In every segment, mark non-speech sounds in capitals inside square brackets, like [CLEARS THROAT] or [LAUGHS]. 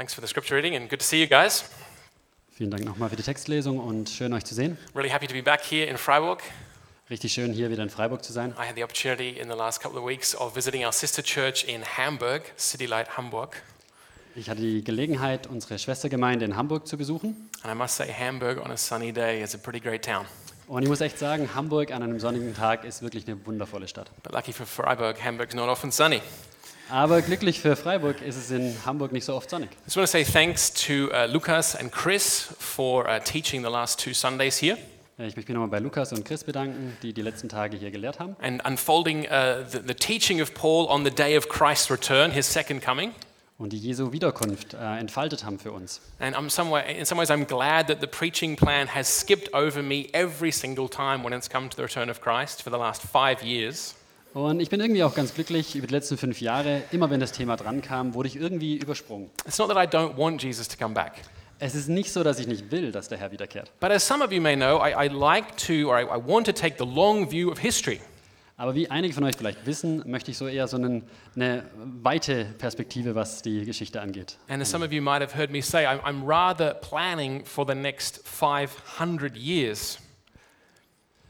Thanks for the scripture reading and good to see you guys. Vielen Dank nochmal für die Textlesung und schön euch zu sehen. Really happy to be back here in Freiburg. Richtig schön hier wieder in Freiburg zu sein. I had the opportunity in the last couple of weeks of visiting our sister church in Hamburg, City Light Hamburg. Ich hatte die Gelegenheit, unsere Schwestergemeinde in Hamburg zu besuchen. And I must say, Hamburg on a sunny day is a pretty great town. Und ich muss echt sagen, Hamburg an einem sonnigen Tag ist wirklich eine wundervolle Stadt. But lucky for Freiburg, Hamburg's not often sunny. Aber glücklich für Freiburg ist es in Hamburg nicht so oft sonnig. I just want to say thanks to uh, Lucas and Chris for uh, teaching the last two Sundays here Ich möchte mich nochmal bei Lukas und Chris bedanken, die die letzten Tage hier gelehrt haben and unfolding uh, the, the teaching of Paul on the day of Christ's return, his second coming. und die Jesu Wiederkunft äh, entfaltet haben für uns. And I'm somewhere, in some ways, I'm glad that the preaching plan has skipped over me every single time when it's come to the return of Christ for the last five years. Und ich bin irgendwie auch ganz glücklich über die letzten fünf Jahre. Immer wenn das Thema dran kam, wurde ich irgendwie übersprungen. It's not that I don't want Jesus to come back, Es ist nicht so, dass ich nicht will, dass der Herr wiederkehrt. but as some of you may know, I, I like to, or I, I want to take the long view of history. Aber wie einige von euch vielleicht wissen, möchte ich so eher so einen, eine weite Perspektive, was die Geschichte angeht. And as some of you might have heard me say, I'm, I'm rather planning for the next 500 years.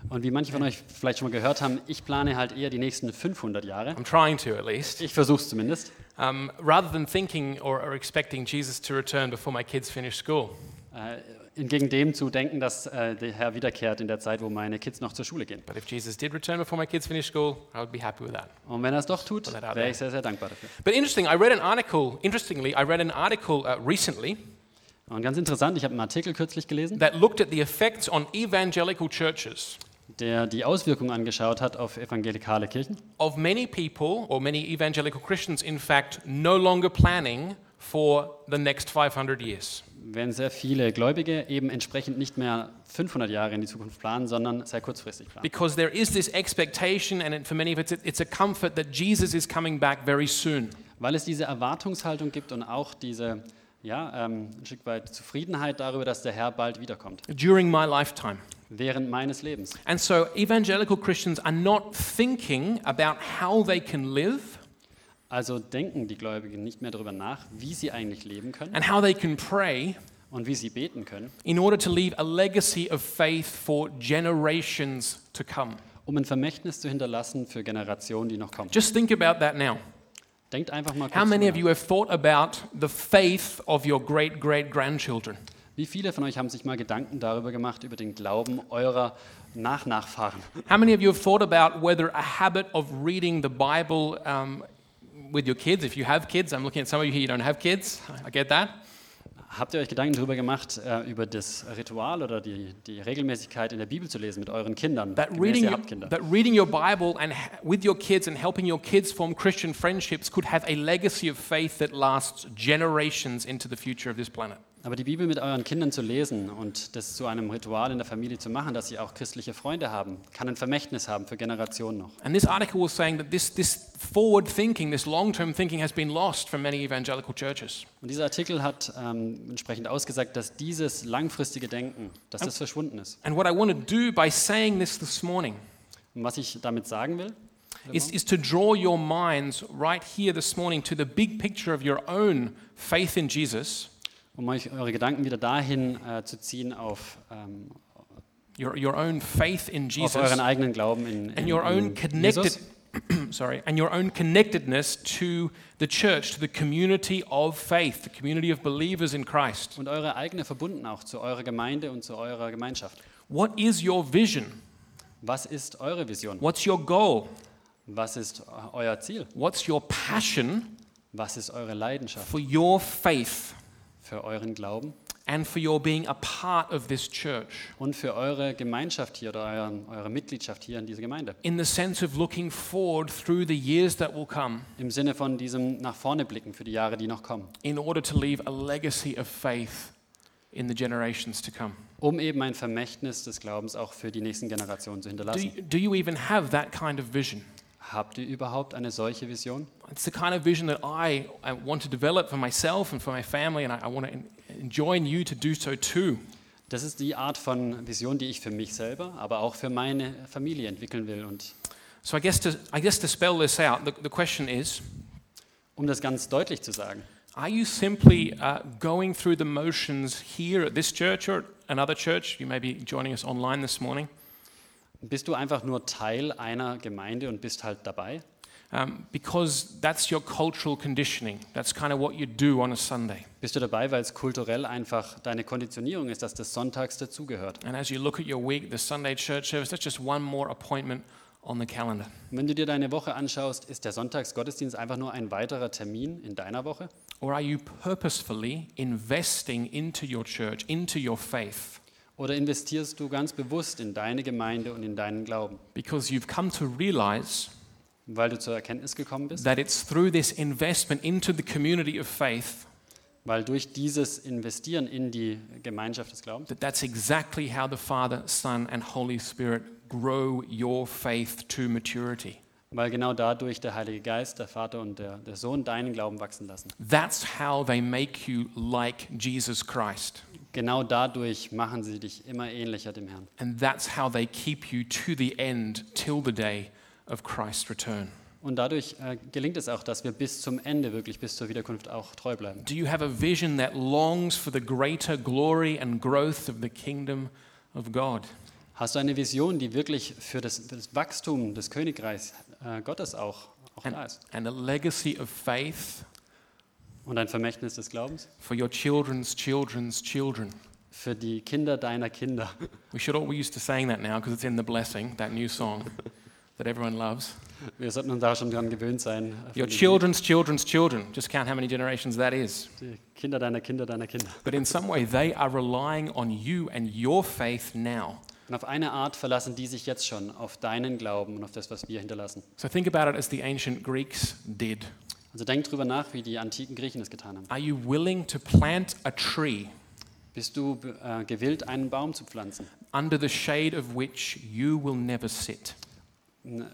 Und wie manche von euch vielleicht schon mal gehört haben, ich plane halt eher die nächsten 500 Jahre. I'm trying to, at least. Ich versuche es zumindest, Um, rather than thinking or, or expecting Jesus to return before my kids finish school. äh, entgegen dem zu denken, dass äh, der Herr wiederkehrt in der Zeit, wo meine Kids noch zur Schule gehen. But if Jesus did return before my kids finish school, I would be happy with that. Und wenn er es doch tut, Well, that out wäre there. ich sehr, sehr dankbar dafür. But interesting, I read an article. Interestingly, I read an article uh, recently Und ganz interessant, ich habe einen Artikel kürzlich gelesen, that looked at the effects on evangelical churches der die Auswirkungen angeschaut hat auf evangelikale Kirchen. of many people, or many evangelical Christians, in fact, no longer planning for the next 500 years. Wenn sehr viele Gläubige eben entsprechend nicht mehr 500 Jahre in die Zukunft planen, sondern sehr kurzfristig planen. Because there is this expectation, and it, for many of it, it's a comfort that Jesus is coming back very soon. Weil es diese Erwartungshaltung gibt und auch diese ja, ähm, ein Stück weit Zufriedenheit darüber, dass der Herr bald wiederkommt, During my lifetime. während meines Lebens. And so evangelical Christians are not thinking about how they can live Also denken die Gläubigen nicht mehr darüber nach, wie sie eigentlich leben können and how they can pray und wie sie beten können, in order to leave a legacy of faith for generations to come. um ein Vermächtnis zu hinterlassen für Generationen, die noch kommen. Just think about that now. Denkt einfach mal How kurz many of drüber nach. you have thought about the faith of your great great grandchildren? Wie viele von euch haben sich mal Gedanken darüber gemacht, über den Glauben eurer Nachnachfahren? How many of you have thought about whether a habit of reading the Bible um, with your kids, if you have kids, I'm looking at some of you here, you don't have kids, I get that. Habt ihr euch Gedanken darüber gemacht, äh, über das Ritual oder die, die Regelmäßigkeit in der Bibel zu lesen mit euren Kindern? That gemäß reading, ihr your, habt Kinder. that reading your Bible and ha- with your kids and helping your kids form Christian friendships could have a legacy of faith that lasts generations into the future of this planet. Aber die Bibel mit euren Kindern zu lesen und das zu einem Ritual in der Familie zu machen, dass sie auch christliche Freunde haben, kann ein Vermächtnis haben für Generationen noch. And this article was saying that this, this forward thinking, this long term thinking, has been lost from many evangelical churches. Und dieser Artikel hat ähm, entsprechend ausgesagt, dass dieses langfristige Denken, dass das verschwunden ist. And what I want to do by saying this this morning Und was ich damit sagen will, is, is to draw your minds right here this morning to the big picture of your own faith in Jesus, um euch eure Gedanken wieder dahin äh, zu ziehen auf, ähm, your, your own faith in auf Jesus, euren eigenen Glauben in, in, and your own in connected, [CLEARS THROAT] Mm-hmm. Jesus sorry, and your own connectedness to the church, to the community of faith, the community of believers in Christ. und eure eigene verbunden auch zu eurer Gemeinde und zu eurer Gemeinschaft. What is your vision? Was ist eure Vision? What's your goal? Was ist euer Ziel? What's your passion? Was ist eure Leidenschaft for your faith für euren Glauben? and for your being a part of this church und für eure Gemeinschaft hier oder euren, eure Mitgliedschaft hier in dieser Gemeinde. in the sense of looking forward through the years that will come Im Sinne von diesem nach vorne blicken für die Jahre, die noch kommen, in order to leave a legacy of faith in the generations to come. um eben ein Vermächtnis des Glaubens auch für die nächsten Generationen zu Do hinterlassen. you, do you even have that kind of vision? Habt ihr überhaupt eine solche Vision? It's the kind of vision that I, I want to develop for myself and for my family, and I, I want to en- enjoin you to do so too. Das ist die Art von Vision, die ich für mich selber, aber auch für meine Familie entwickeln will. Und So I guess to, I guess to spell this out, the, the question is um das ganz deutlich zu sagen, Are you simply uh, going through the motions here at this church or at another church? You may be joining us online this morning. Bist du einfach nur Teil einer Gemeinde und bist halt dabei? Um, because that's your cultural conditioning. That's kind of what you do on a Sunday. Bist du dabei, weil es kulturell einfach deine Konditionierung ist, dass das sonntags dazugehört? And as you look at your week, the Sunday church service, that's just one more appointment on the calendar. Und Wenn du dir deine Woche anschaust, ist der Sonntagsgottesdienst einfach nur ein weiterer Termin in deiner Woche? Or are you purposefully investing into your church, into your faith, Oder investierst du ganz bewusst in deine Gemeinde und in deinen Glauben, because you've come to realize weil du zur Erkenntnis gekommen bist? that it's through this investment into the community of faith Weil durch dieses Investieren in die Gemeinschaft des Glaubens, that that's exactly how the Father, Son, and Holy Spirit grow your faith to maturity. weil genau dadurch der Heilige Geist, der Vater und der, der Sohn deinen Glauben wachsen lassen. That's how they make you like Jesus Christ. Genau dadurch machen sie dich immer ähnlicher dem Herrn. And that's how they keep you to the end till the day of Christ's return. Und dadurch äh, gelingt es auch, dass wir bis zum Ende, wirklich bis zur Wiederkunft auch treu bleiben. Do you have a vision that longs for the greater glory and growth of the kingdom of God? Hast du eine Vision, die wirklich für das, für das Wachstum des Königreichs äh, Gottes auch, auch And, da ist? and a legacy of faith Und ein Vermächtnis des Glaubens? for your children's children's children. Für die Kinder deiner Kinder. [LAUGHS] We should all be used to saying that now because it's in the blessing, that new song [LAUGHS] that everyone loves. Wir sollten uns da schon dran gewöhnt sein. äh, Your von den- children's children's children. Just count how many generations that is. die Kinder deiner Kinder deiner Kinder. But in some way, they are relying on you and your faith now. Und auf eine Art verlassen die sich jetzt schon auf deinen Glauben und auf das, was wir hinterlassen. So think about it as the ancient Greeks did. Also denk drüber nach, wie die antiken Griechen es getan haben. Are you willing to plant a tree Bist du äh, gewillt, einen Baum zu pflanzen, under the shade of which you will never sit? N- äh,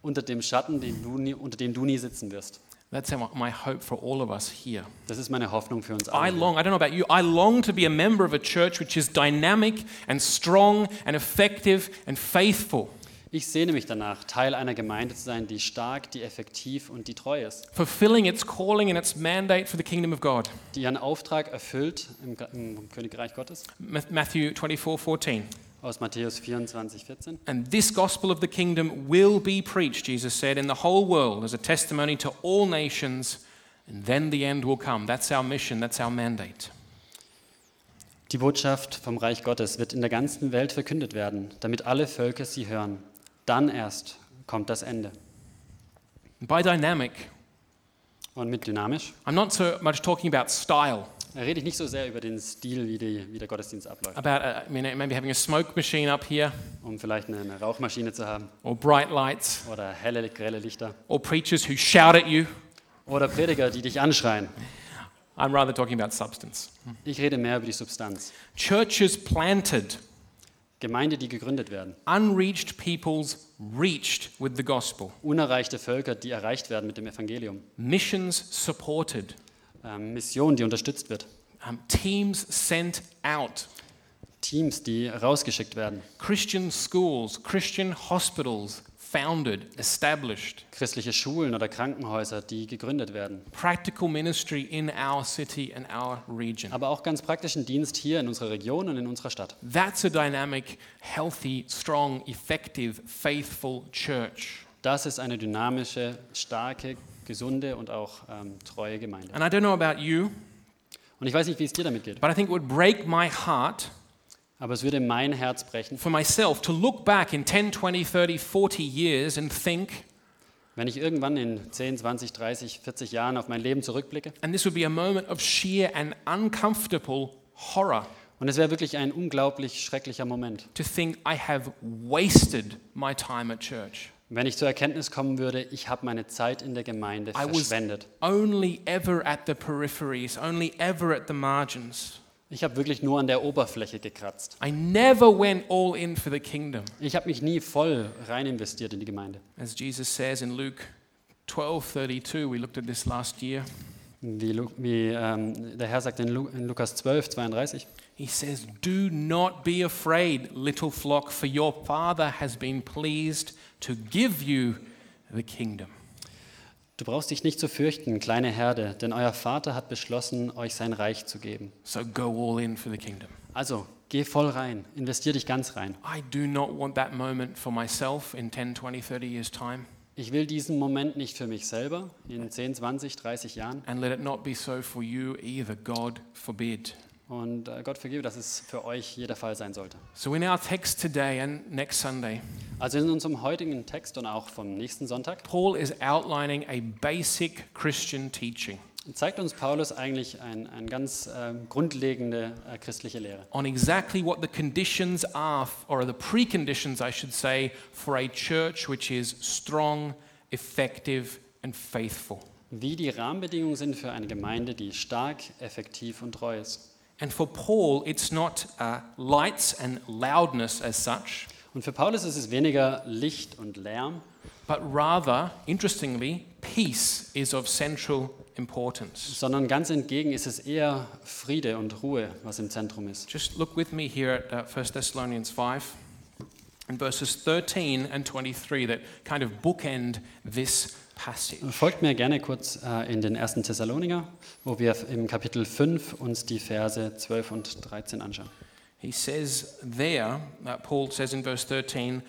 unter dem Schatten, den du nie, unter dem du nie sitzen wirst? That's how- my hope for all of us here. Das ist meine Hoffnung für uns I alle. long, I don't know about you, I long to be a member of a church which is dynamic and strong and effective and faithful. Ich sehne mich danach, Teil einer Gemeinde zu sein, die stark, die effektiv und die treu ist, fulfilling its calling and its mandate for the kingdom of God. die ihren Auftrag erfüllt im, Ga- im Königreich Gottes Ma- Matthew 24 14. aus Matthäus 24, 14. And this gospel of the kingdom will be preached, Jesus said, in the whole world as a testimony to all nations, and then the end will come. That's our mission, that's our mandate. Die Botschaft vom Reich Gottes wird in der ganzen Welt verkündet werden, damit alle Völker sie hören. Dann erst kommt das Ende. And by dynamic, Und mit dynamisch I'm not so much talking about style, rede ich nicht so sehr über den Stil, wie, die, wie der Gottesdienst abläuft, about uh, I mean, maybe having a smoke machine up here, um vielleicht eine, eine Rauchmaschine zu haben or bright lights, oder helle, grelle Lichter or preachers who shout at you. oder Prediger, die dich anschreien. I'm rather talking about substance. Ich rede mehr über die Substanz. Churches planted, Gemeinde, die gegründet werden. unreached peoples reached with the gospel. Unerreichte Völker, die erreicht werden mit dem Evangelium. missions supported, Ähm, Mission, die unterstützt wird. um, teams sent out, Teams, die rausgeschickt werden. Christian schools, Christian hospitals founded, established, Christliche Schulen oder Krankenhäuser, die gegründet werden. practical ministry in our city and our region. aber auch ganz praktischen Dienst hier in unserer Region und in unserer Stadt. That's a dynamic, healthy, strong, effective, faithful church. Das ist eine dynamische, starke, gesunde und auch ähm, treue Gemeinde. And I don't know about you, Und ich weiß nicht, wie es dir damit geht, but I think it would break my heart aber es würde mein Herz brechen, for myself to look back in 10, 20, 30, 40 years and think, wenn ich irgendwann in 10, 20, 30, 40 Jahren auf mein Leben zurückblicke. and this would be a moment of sheer and uncomfortable horror. Und es wäre wirklich ein unglaublich schrecklicher Moment, to think I have wasted my time at church. wenn ich zur Erkenntnis kommen würde, ich habe meine Zeit in der Gemeinde I was verschwendet. only ever at the peripheries, only ever at the margins. Ich habe wirklich nur an der Oberfläche gekratzt. I never went all in for the kingdom. Ich habe mich nie voll rein investiert in die Gemeinde. As Jesus says in Luke 12:32, we looked at this last year. Wie, Lu wie ähm, der Herr sagt in, Lu in Lukas 12, 32, He says, "Do not be afraid, little flock, for your Father has been pleased to give you the kingdom." Du brauchst dich nicht zu fürchten, kleine Herde, denn euer Vater hat beschlossen, euch sein Reich zu geben. So go all in for the kingdom. Also, geh voll rein, investier dich ganz rein. I do not want that moment for myself in 10, 20, 30 years' time. Ich will diesen Moment nicht für mich selber in 10, 20, 30 Jahren. And let it not be so for you either, God forbid. Und äh, Gott vergebe, dass es für euch jeder Fall sein sollte. So, in our text today and next Sunday, Also in unserem heutigen Text und auch vom nächsten Sonntag Paul is outlining a basic Christian teaching zeigt uns Paulus eigentlich eine ein ganz ähm, grundlegende äh, christliche Lehre. on exactly what the conditions are, or the preconditions, I should say, for a church which is strong, effective, and faithful. Wie die Rahmenbedingungen sind für eine Gemeinde, die stark, effektiv und treu ist. And for Paul, it's not uh, lights and loudness as such, Und für Paulus ist es weniger Licht und Lärm, but rather, interestingly, peace is of central importance. sondern ganz entgegen ist es eher Friede und Ruhe, was im Zentrum ist. Just look with me here at uh, 1 Thessalonians 5 and verses 13 and 23 that kind of bookend this passage. Folgt mir gerne kurz äh, in den ersten Thessaloniker, wo wir im Kapitel 5 uns die Verse 12 und 13 anschauen. He says there, uh, Paul says in verse 13,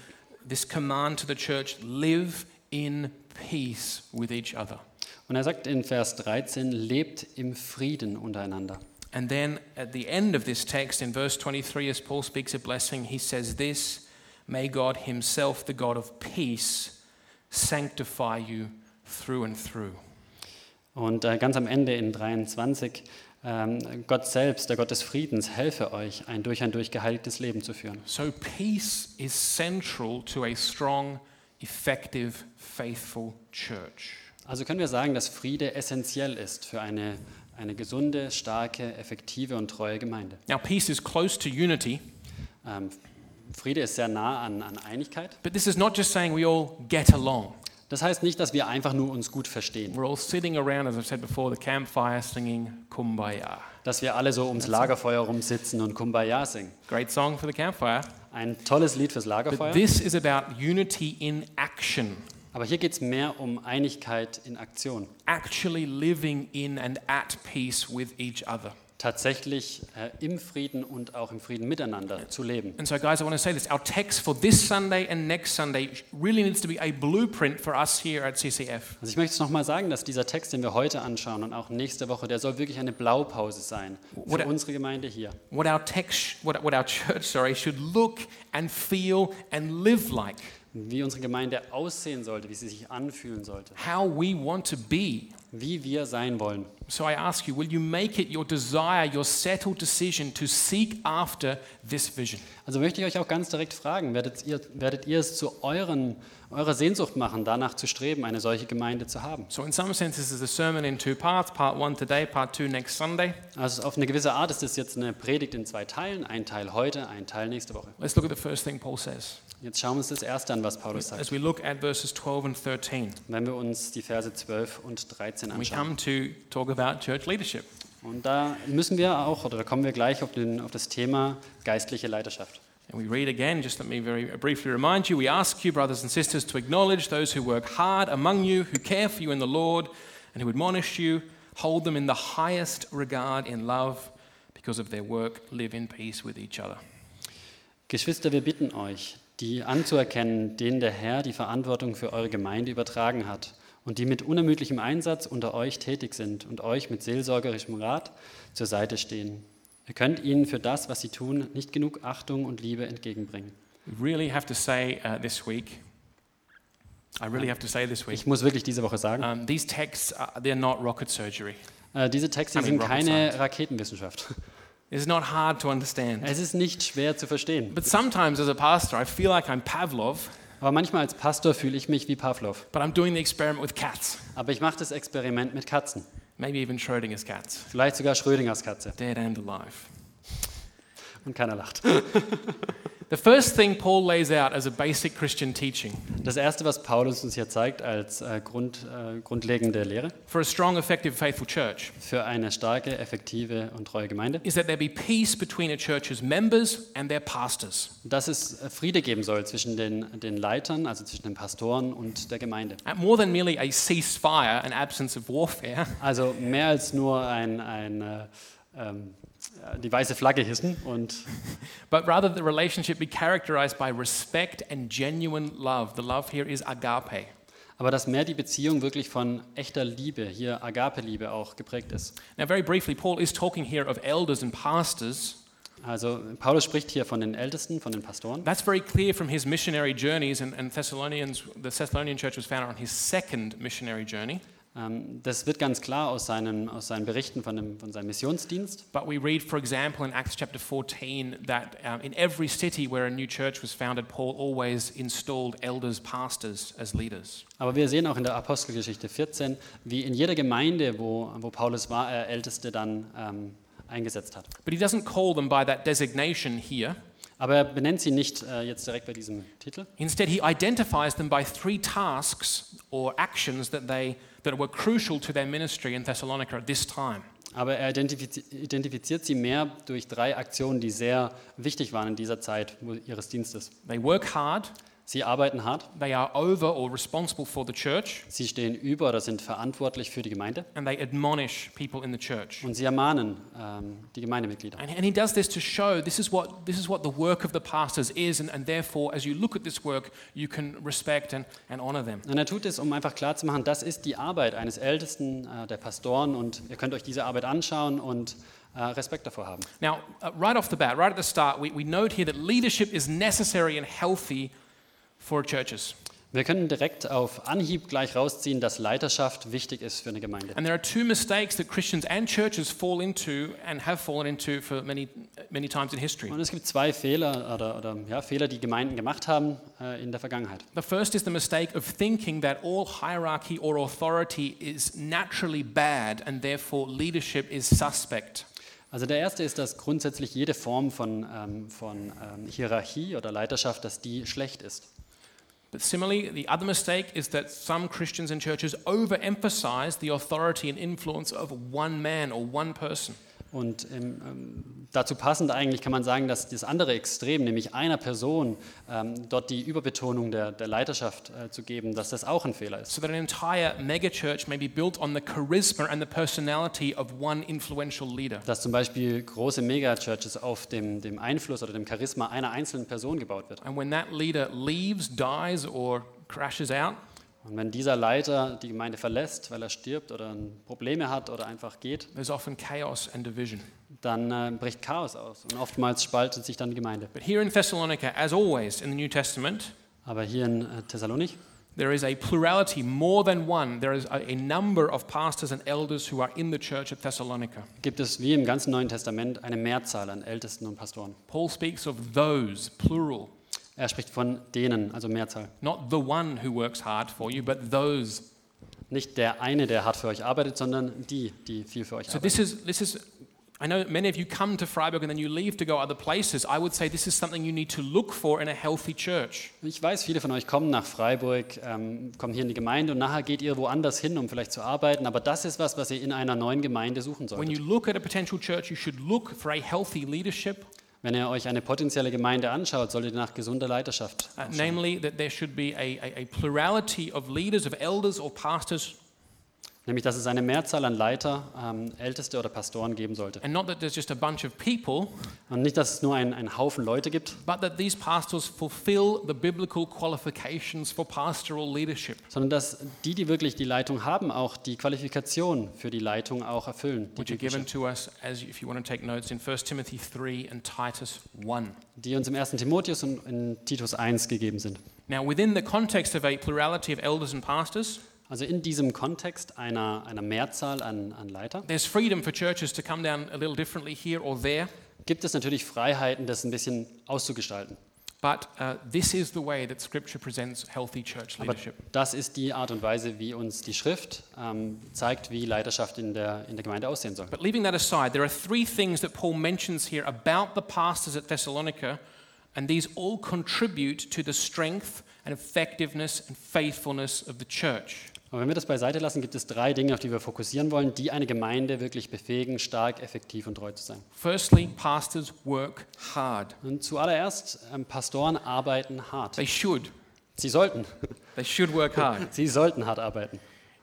this command to the church live in peace with each other. Und er sagt in Vers 13, lebt im Frieden untereinander. And then at the end of this text, in verse 23, as Paul speaks a blessing, he says this May God Himself, the God of peace, sanctify you through and through. Und äh, ganz am Ende in 23, ähm, Gott selbst, der Gott des Friedens, helfe euch, ein durch und durch geheiligtes Leben zu führen. So, peace is central to a strong, effective, faithful church. Also können wir sagen, dass Friede essentiell ist für eine, eine gesunde, starke, effektive und treue Gemeinde. Now, peace is close to unity, Ähm, Friede ist sehr nah an, an Einigkeit. but this is not just saying we all get along. Das heißt nicht, dass wir einfach nur uns gut verstehen, We're all sitting around, as I've said before, the campfire singing Kumbaya. dass wir alle so ums Lagerfeuer rumsitzen und Kumbaya singen. Great song for the campfire. Ein tolles Lied fürs But Lagerfeuer. this is about unity in action, Aber hier geht es mehr um Einigkeit in Aktion. actually living in and at peace with each other. Tatsächlich äh, im Frieden und auch im Frieden miteinander zu leben. And so, guys, I want to say this. Our text for this Sunday and next Sunday really needs to be a blueprint for us here at CCF. Also ich möchte es nochmal sagen, dass dieser Text, den wir heute anschauen und auch nächste Woche, der soll wirklich eine Blaupause sein für Oder- unsere Gemeinde hier. What our text, what, what our church, sorry, should look and feel and live like. Wie unsere Gemeinde aussehen sollte, wie sie sich anfühlen sollte, How we want to be. wie wir sein wollen. So I ask you, will you make it your desire, your settled decision to seek after this vision? Also möchte ich euch auch ganz direkt fragen, werdet ihr, werdet ihr es zu euren, eurer Sehnsucht machen, danach zu streben, eine solche Gemeinde zu haben? So, in some sense, this is a sermon in two parts part one today, part two next Sunday. Also auf eine gewisse Art ist es jetzt eine Predigt in zwei Teilen, ein Teil heute, ein Teil nächste Woche. Let's look at the first thing Paul says Jetzt schauen wir uns das erste an, was Paulus sagt. as we look at verses 12 and 13. Wenn wir uns die Verse 12 und 13 We anschauen. come to talk about church leadership. Und da müssen wir auch, oder da kommen wir gleich auf, den, auf das Thema geistliche Leiterschaft. And we read again, just let me very briefly remind you we ask you, brothers and sisters, to acknowledge those who work hard among you, who care for you in the Lord, and who admonish you. Hold them in the highest regard in love because of their work. Live in peace with each other. Geschwister, wir bitten euch, die anzuerkennen, denen der Herr die Verantwortung für eure Gemeinde übertragen hat und die mit unermüdlichem Einsatz unter euch tätig sind und euch mit seelsorgerischem Rat zur Seite stehen. Ihr könnt ihnen für das, was sie tun, nicht genug Achtung und Liebe entgegenbringen. We really have to say uh, this week, I really have to say this week, Ich muss wirklich diese Woche sagen, um, these texts, are, they're not rocket surgery. äh, diese Texte I mean, sind rocket keine Raketenwissenschaft. [LAUGHS] It's not hard to understand. Es ist nicht schwer zu verstehen. But sometimes as a pastor, I feel like I'm Pavlov, Aber manchmal als Pastor fühle ich mich wie Pavlov. but I'm doing the experiment with cats, Aber ich mache das Experiment mit Katzen. maybe even Schrodinger's cats, Vielleicht sogar Schrödingers Katze. dead and alive. Und keiner lacht. The first thing Paul lays out as a basic Christian teaching Das Erste, was Paulus uns hier zeigt als äh, Grund, äh, grundlegende Lehre for a strong, effective, faithful church für eine starke, effektive und treue Gemeinde, is that there be peace between a church's members and their pastors. dass es äh, Friede geben soll zwischen den, den Leitern, also zwischen den Pastoren und der Gemeinde. And more than merely a ceasefire, an absence of warfare, Also mehr als nur ein, ein äh, ähm, äh, die weiße Flagge hissen und but rather the relationship be characterized by respect and genuine love. The love here is agape. aber dass mehr die Beziehung wirklich von echter Liebe, hier Agape-Liebe auch geprägt ist. Now, very briefly, Paul is talking here of elders and pastors. Also Paulus spricht hier von den Ältesten, von den Pastoren. That's very clear from his missionary journeys, and, and Thessalonians, the Thessalonian church was founded on his second missionary journey. Ähm, das wird ganz klar aus seinen, aus seinen Berichten von, dem, von seinem Missionsdienst. But we read, for example, in Acts chapter 14, that um, in every city where a new church was founded, Paul always installed elders, pastors as leaders. Aber wir sehen auch in der Apostelgeschichte 14, wie in jeder Gemeinde, wo, wo Paulus war, er Älteste dann ähm, eingesetzt hat. But he doesn't call them by that designation here. Aber er benennt sie nicht äh, jetzt direkt bei diesem Titel, Instead, he identifies them by three tasks or actions that, they, that were crucial to their ministry in Thessalonica at this time. aber er identifiz identifiziert sie mehr durch drei Aktionen, die sehr wichtig waren in dieser Zeit wo- ihres Dienstes. They work hard, Sie arbeiten hart, they are over or responsible for the church, sie stehen über oder sind verantwortlich für die Gemeinde and they admonish people in the church. und sie ermahnen ähm, die Gemeindemitglieder. And, and he does this to show this is what, this is what the work of the pastors is, and, and therefore, as you look at this work, you can respect and, and honor them. Und er tut es, um einfach klarzumachen, das ist die Arbeit eines Ältesten, äh, der Pastoren und ihr könnt euch diese Arbeit anschauen und äh, Respekt davor haben. Now, uh, right off the bat, right at the start, we, we note here that leadership is necessary and healthy for churches. Wir können direkt auf Anhieb gleich rausziehen, dass Leiterschaft wichtig ist für eine Gemeinde. And there are two mistakes that Christians and churches fall into and have fallen into for many, many times in history. Und es gibt zwei Fehler oder, oder ja, Fehler, die Gemeinden gemacht haben äh, in der Vergangenheit. The first is the mistake of thinking that all hierarchy or authority is naturally bad and therefore leadership is suspect. Also der erste ist, dass grundsätzlich jede Form von, ähm, von ähm, Hierarchie oder Leiterschaft, dass die schlecht ist. But similarly, the other mistake is that some Christians and churches overemphasize the authority and influence of one man or one person. Und ähm, ähm, dazu passend eigentlich kann man sagen, dass das andere Extrem, nämlich einer Person, ähm, dort die Überbetonung der, der Leiterschaft äh, zu geben, dass das auch ein Fehler ist. So that an entire megachurch may be built on the charisma and the personality of one influential leader. Dass zum Beispiel große Megachurches auf dem, dem Einfluss oder dem Charisma einer einzelnen Person gebaut wird. And when that leader leaves, dies, or crashes out, Und wenn dieser Leiter die Gemeinde verlässt, weil er stirbt oder Probleme hat oder einfach geht, there's often chaos and division. dann äh, bricht Chaos aus und oftmals spaltet sich dann die Gemeinde. But here in Thessalonica, as always in the New Testament, Aber hier in äh, Thessalonich, there is a plurality, more than one. There is a, a number of pastors and elders who are in the church at Thessalonica. gibt es wie im ganzen Neuen Testament eine Mehrzahl an Ältesten und Pastoren. Paul speaks of those, plural, Er spricht von denen, also Mehrzahl. not the one who works hard for you, but those. Nicht der eine, der hart für euch arbeitet, sondern die, die viel für euch So arbeiten. this is this is. I know many of you come to Freiburg and then you leave to go other places. I would say this is something you need to look for in a healthy church. Ich weiß, viele von euch kommen nach Freiburg, ähm, kommen hier in die Gemeinde und nachher geht ihr woanders hin, um vielleicht zu arbeiten. Aber das ist was, was ihr in einer neuen Gemeinde suchen When you solltet. look at a potential church, you should look for a healthy leadership, Wenn ihr euch eine potenzielle Gemeinde anschaut, solltet ihr nach gesunder Leiterschaft uh, namely that there should be a, a, a plurality of leaders, of elders or pastors, Nämlich, dass es eine Mehrzahl an Leiter, ähm, Älteste oder Pastoren geben sollte. and not that there's just a bunch of people, Und nicht, dass es nur einen, einen Haufen Leute gibt, but that these pastors fulfill the biblical qualifications for pastoral leadership, sondern dass die, die wirklich die Leitung haben, auch die Qualifikation für die Leitung auch erfüllen, die, which are biblische, given to us as if you want to take notes in 1 Timothy 3 and Titus 1. die uns im 1. Timotheus und in Titus 1 gegeben sind. Now, within the context of a plurality of elders and pastors, Also in diesem Kontext einer, einer Mehrzahl an, an Leiter there's freedom for churches to come down a little differently here or there, gibt es natürlich Freiheiten, das ein bisschen auszugestalten. but uh, this is the way that Scripture presents healthy church Aber leadership. das ist die Art und Weise, wie uns die Schrift ähm, zeigt, wie Leiterschaft in der, in der Gemeinde aussehen soll. But leaving that aside, there are three things that Paul mentions here about the pastors at Thessalonica And these all contribute to the strength and effectiveness and faithfulness of the church. Aber wenn wir das beiseite lassen, gibt es drei Dinge, auf die wir fokussieren wollen, die eine Gemeinde wirklich befähigen, stark, effektiv und treu zu sein. Firstly, pastors work hard. Und zuallererst, ähm, Pastoren arbeiten hart. They should. Sie sollten. They should work hard. Sie sollten hart arbeiten.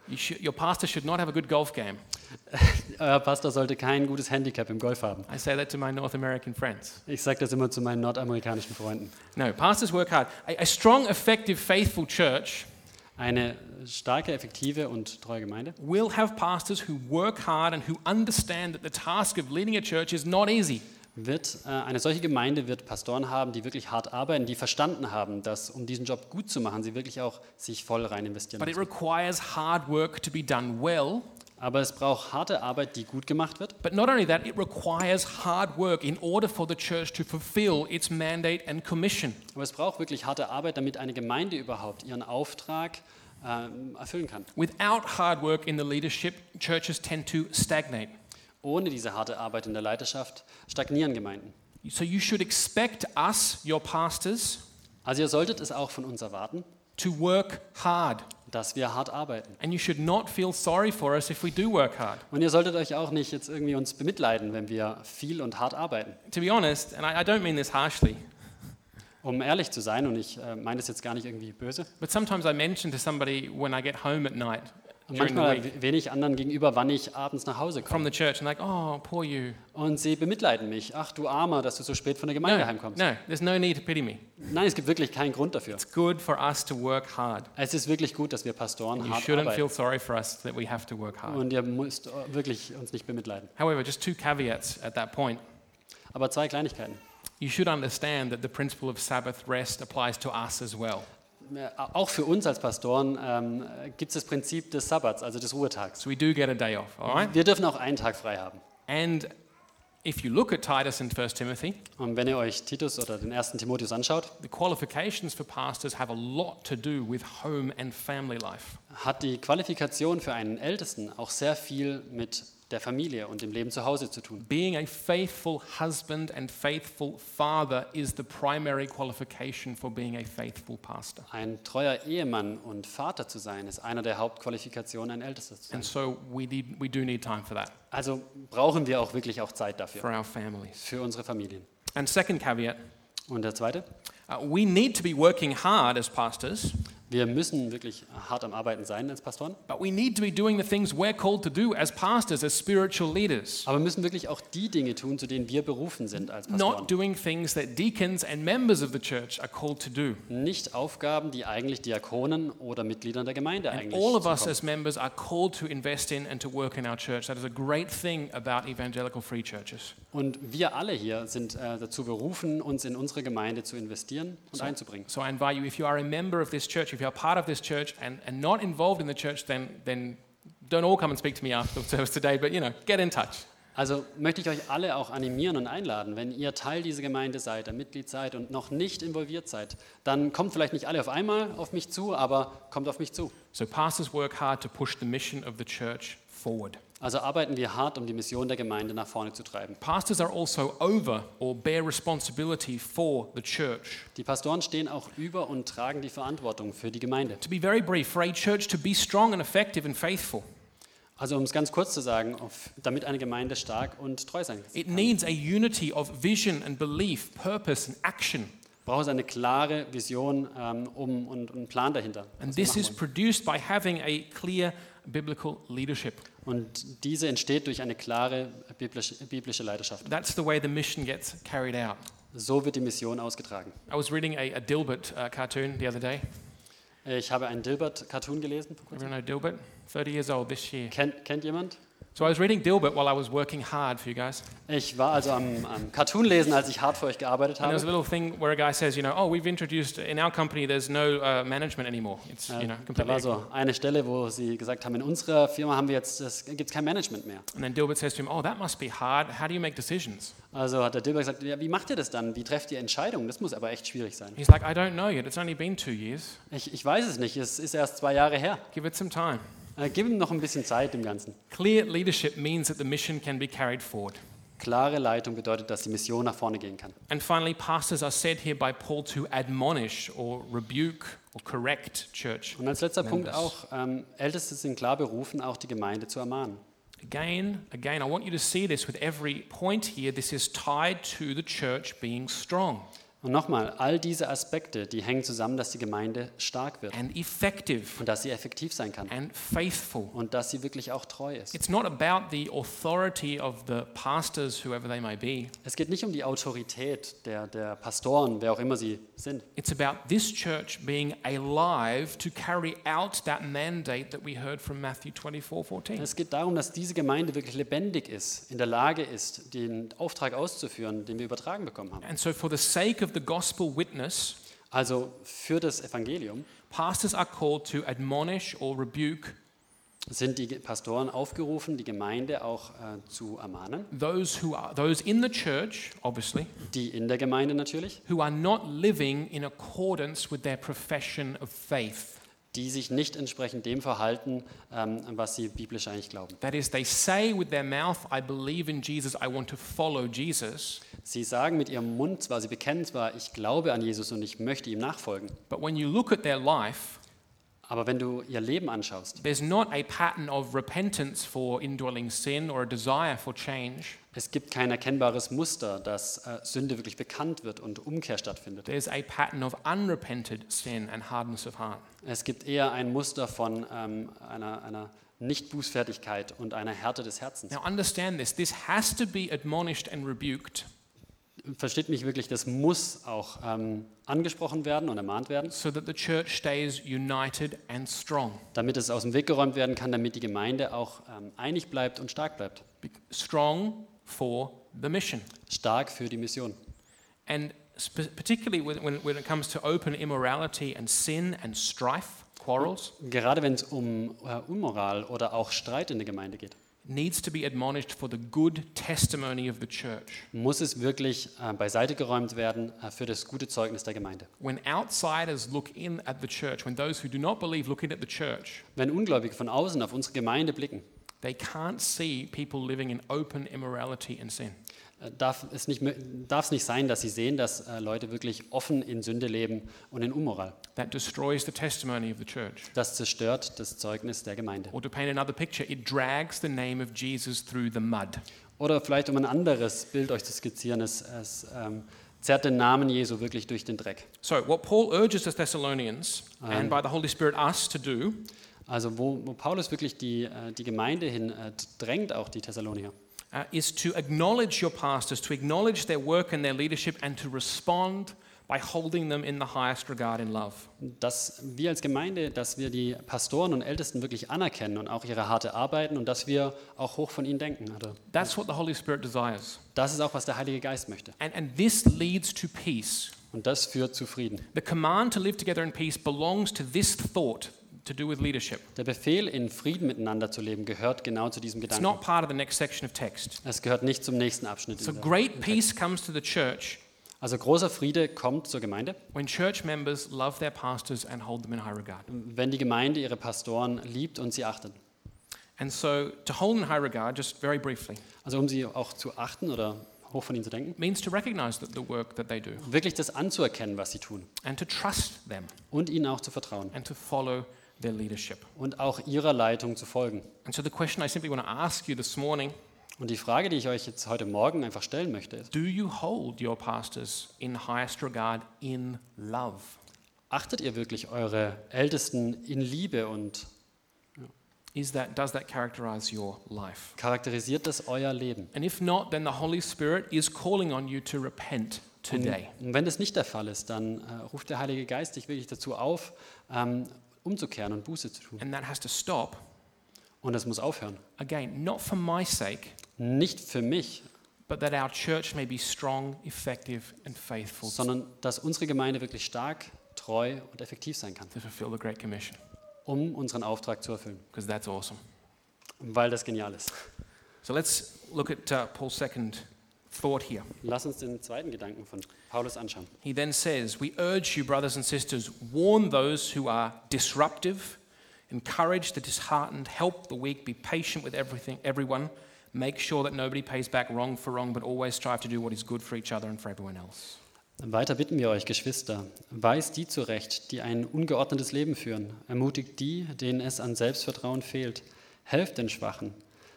You should, your pastor should not have a good golf game. Euer Pastor sollte kein gutes Handicap im Golf haben. I say that to my North American friends. Ich sage das immer zu meinen nordamerikanischen Freunden. No, pastors work hard. A, a strong, effective, faithful church Eine starke, effektive und treue Gemeinde will have pastors who work hard and who understand that the task of leading a church is not easy. wird äh, eine solche Gemeinde wird Pastoren haben, die wirklich hart arbeiten, die verstanden haben, dass um diesen Job gut zu machen, sie wirklich auch sich voll rein investieren. But it Müssen. requires hard work to be done well. Aber es braucht harte Arbeit, die gut gemacht wird. But not only that, it requires hard work in order for the church to fulfill its mandate and commission. Aber es braucht wirklich harte Arbeit, damit eine Gemeinde überhaupt ihren Auftrag ähm, erfüllen kann. Without hard work in the leadership, churches tend to stagnate. Ohne diese harte Arbeit in der Leiterschaft stagnieren Gemeinden. So you should expect us, your pastors, Also ihr solltet es auch von uns erwarten, to work hard. dass wir hart arbeiten. And you should not feel sorry for us if we do work hard. Und ihr solltet euch auch nicht jetzt irgendwie uns bemitleiden, wenn wir viel und hart arbeiten. To be honest, and I, I don't mean this harshly, Um ehrlich zu sein, und ich äh, meine das jetzt gar nicht irgendwie böse, but sometimes I mention to somebody when I get home at night during the manchmal week we- wenig anderen gegenüber, wann ich abends nach Hause from komme. the church, and like, oh, poor you. Und sie bemitleiden mich. Ach du Armer, dass du so spät von der Gemeinde No, heimkommst. no, there's no need to pity me. Nein, es gibt wirklich keinen Grund dafür. It's good for us to work hard. Es ist wirklich gut, dass wir Pastoren You hart shouldn't arbeiten. feel sorry for us that we have to work hard. Und ihr müsst äh, wirklich uns nicht bemitleiden. However, just two caveats at that point. Aber zwei Kleinigkeiten. You should understand that the principle of Sabbath rest applies to us as well. Äh, Auch für uns als Pastoren ähm, gibt es das Prinzip des Sabbats, also des Ruhetags. So we do get a day off, all right? Wir dürfen auch einen Tag frei haben. And if you look at Titus and 1 Timothy, Und wenn ihr euch Titus oder den ersten Timotheus anschaut, the qualifications for pastors have a lot to do with home and family life. hat die Qualifikation für einen Ältesten auch sehr viel mit der Familie und dem Leben zu Hause zu tun. Being a faithful husband and faithful father is the primary qualification for being a faithful pastor. Ein treuer Ehemann und Vater zu sein, ist einer der Hauptqualifikationen, ein Ältester zu sein. And so we, need, we do need time for that, Also brauchen wir auch wirklich auch Zeit dafür, for our families. für unsere Familien. And second caveat, Und der zweite, uh, we need to be working hard as pastors, wir müssen wirklich hart am Arbeiten sein als Pastoren, but we need to be doing the things we're called to do as pastors, as spiritual leaders. aber müssen wirklich auch die Dinge tun, zu denen wir berufen sind als Pastoren. Not doing things that deacons and members of the church are called to do. Nicht Aufgaben, die eigentlich Diakonen oder Mitgliedern der Gemeinde And eigentlich all of us zukommen. as members are called to invest in and to work in our church. That is a great thing about evangelical free churches. Und wir alle hier sind äh, dazu berufen, uns in unsere Gemeinde zu investieren und einzubringen. So I invite you, if you are a member of this church, if you are part of this church and, and not involved in the church, then, then don't all come and speak to me after the service today, but you know, get in touch. Also möchte ich euch alle auch animieren und einladen, wenn ihr Teil dieser Gemeinde seid, ein Mitglied seid und noch nicht involviert seid, dann kommt vielleicht nicht alle auf einmal auf mich zu, aber kommt auf mich zu. So pastors work hard to push the mission of the church forward. Also arbeiten wir hart, um die Mission der Gemeinde nach vorne zu treiben. Pastors are also over or bear responsibility for the church. Die Pastoren stehen auch über und tragen die Verantwortung für die Gemeinde. To be very brief, for a church to be strong and effective and faithful, Also um es ganz kurz zu sagen, auf, damit eine Gemeinde stark und treu sein it kann, needs a unity of vision and belief, purpose and action. braucht es eine klare Vision ähm, um, und und einen Plan dahinter. Also And was wir this machen is produced by having a clear biblical leadership. wollen. Und diese entsteht durch eine klare biblische, biblische Leidenschaft. That's the way the mission gets carried out. So wird die Mission ausgetragen. I was reading a, a Dilbert uh, cartoon the other day. Ich habe einen Dilbert-Cartoon gelesen. vor kurzem. Everyone know Dilbert? 30 years old this year. Kennt, kennt jemand? So I was reading Dilbert while I was working hard for you guys. Ich war also am, am Cartoon lesen, als ich hart für euch gearbeitet And there's a habe. little thing where a guy says, you know, oh, we've introduced, in our company, there's no uh, management anymore. It's, you know, Äh, Da completely. war so eine Stelle, wo sie gesagt haben, in unserer Firma haben wir jetzt, es gibt kein Management mehr. And then Dilbert says to him, oh, that must be hard. How do you make decisions? Also hat der Dilbert gesagt, ja, wie macht ihr das dann? Wie trefft ihr Entscheidungen? Das muss aber echt schwierig sein. He's like, I don't know yet. It's only been two years. Ich, ich weiß es nicht, es ist erst zwei Jahre her. Give it some time. Äh, gib ihm noch ein bisschen Zeit dem Ganzen. Clear leadership means that the mission can be carried forward. Klare Leitung bedeutet, dass die Mission nach vorne gehen kann. And finally, pastors are said here by Paul to admonish or rebuke or correct church. Und als letzter Punkt Members. auch, ähm, Älteste sind klar berufen, auch die Gemeinde zu ermahnen. Again, again, I want you to see this with every point here. This is tied to the church being strong Und nochmal, all diese Aspekte, die hängen zusammen, dass die Gemeinde stark wird and effective und dass sie effektiv sein kann and faithful. und dass sie wirklich auch treu ist. It's not about the authority of the pastors, whoever they may be. Es geht nicht um die Autorität der, der Pastoren, wer auch immer sie sind. It's about this church being alive to carry out that mandate that we heard from Matthew 24 14. Es geht darum, dass diese Gemeinde wirklich lebendig ist, in der Lage ist, den Auftrag auszuführen, den wir übertragen bekommen haben. And so, for the sake of the gospel witness, Also für das Evangelium pastors are called to admonish or rebuke sind die Pastoren aufgerufen, die Gemeinde auch äh, zu ermahnen, those who are those in the church, obviously, die in der Gemeinde natürlich, who are not living in accordance with their profession of faith. die sich nicht entsprechend dem verhalten, ähm, was sie biblisch eigentlich glauben. That is, they say with their mouth, I believe in Jesus, I want to follow Jesus. Sie sagen mit ihrem Mund zwar, sie bekennen zwar, ich glaube an Jesus und ich möchte ihm nachfolgen, But when you look at their life, aber wenn du ihr Leben anschaust, there's not a pattern of repentance for indwelling sin or a desire for change. es gibt kein erkennbares Muster, dass äh, Sünde wirklich bekannt wird und Umkehr stattfindet. There's a pattern of unrepented sin and hardness of heart. Es gibt eher ein Muster von ähm, einer, einer Nicht-Bußfertigkeit und einer Härte des Herzens. Now, understand this this has to be admonished and rebuked Versteht mich wirklich, das muss auch ähm, angesprochen werden und ermahnt werden, so that the church stays united and strong. damit es aus dem Weg geräumt werden kann, damit die Gemeinde auch ähm, einig bleibt und stark bleibt. Be- strong for the mission. Stark für die Mission. And sp- particularly when, when, when it comes to open immorality and sin and strife, quarrels, Gerade wenn es um äh, Unmoral oder auch Streit in der Gemeinde geht, needs to be admonished for the good testimony of the church. muss es wirklich äh, beiseite geräumt werden äh, für das gute Zeugnis der Gemeinde. When outsiders look in at the church, when those who do not believe look in at the church, Wenn Ungläubige von außen auf unsere Gemeinde blicken, they can't see people living in open immorality and sin. äh, darf es nicht, mö- darf es nicht sein, dass sie sehen, dass äh, Leute wirklich offen in Sünde leben und in Unmoral. That destroys the testimony of the church. Das zerstört das Zeugnis der Gemeinde. Or to paint another picture, it drags the name of Jesus through the mud. Oder vielleicht, um ein anderes Bild euch zu skizzieren, es, es ähm, zerrt den Namen Jesu wirklich durch den Dreck. So, what Paul urges the Thessalonians and by the Holy Spirit us to do Also wo, wo Paulus wirklich die, äh, die Gemeinde hin äh, drängt, auch die Thessalonier, uh, is to acknowledge your pastors, to acknowledge their work and their leadership, and to respond by holding them in the highest regard and love. dass wir als Gemeinde, dass wir die Pastoren und Ältesten wirklich anerkennen und auch ihre harte Arbeiten und dass wir auch hoch von ihnen denken. Also That's what the Holy Spirit desires. das ist auch, was der Heilige Geist möchte. And, and this leads to peace. Und das führt zu Frieden. The command to live together in peace belongs to this thought to do with leadership. Der Befehl, in Frieden miteinander zu leben, gehört genau zu diesem It's Gedanken. not part of the next section of text. Es gehört nicht zum nächsten Abschnitt. in So, der- great peace comes to the church Also großer Friede kommt zur Gemeinde, when church members love their pastors and hold them in high regard. wenn die Gemeinde ihre Pastoren liebt und sie achtet. And so, to hold in high regard, just very briefly, Also um sie auch zu achten oder hoch von ihnen zu denken. means to recognize that the work that they do Wirklich das anzuerkennen, was sie tun and to trust them. und ihnen auch zu vertrauen and to follow their leadership. und auch ihrer Leitung zu folgen. And so, the question I simply want to ask you this morning Und die Frage, die ich euch jetzt heute Morgen einfach stellen möchte, ist, do you hold your pastors in highest regard in love? achtet ihr wirklich eure Ältesten in Liebe und Is that, does that characterize your life? charakterisiert das euer Leben? And if not, then the Holy Spirit is calling on you to repent today. Und wenn das nicht der Fall ist, dann äh, ruft der Heilige Geist dich wirklich dazu auf, ähm, umzukehren und Buße zu tun. And that has to stop, Und das muss aufhören. again, not for my sake, Nicht für mich, but that our church may be strong, effective, and faithful to sondern dass unsere Gemeinde wirklich stark, treu und effektiv sein kann, fulfill the Great Commission, um unseren Auftrag zu erfüllen, because that's awesome. weil das genial ist. So let's look at uh, Paul's second thought here. Lass uns den zweiten Gedanken von Paulus anschauen. He then says, We urge you, brothers and sisters, warn those who are disruptive, encourage the disheartened, help the weak, be patient with everything, everyone. Make sure that nobody pays back wrong for wrong, but always strive to do what is good for each other and for everyone else. Weiter bitten wir euch, Geschwister, weist die zurecht, die ein ungeordnetes Leben führen, ermutigt die, denen es an Selbstvertrauen fehlt, helft den Schwachen,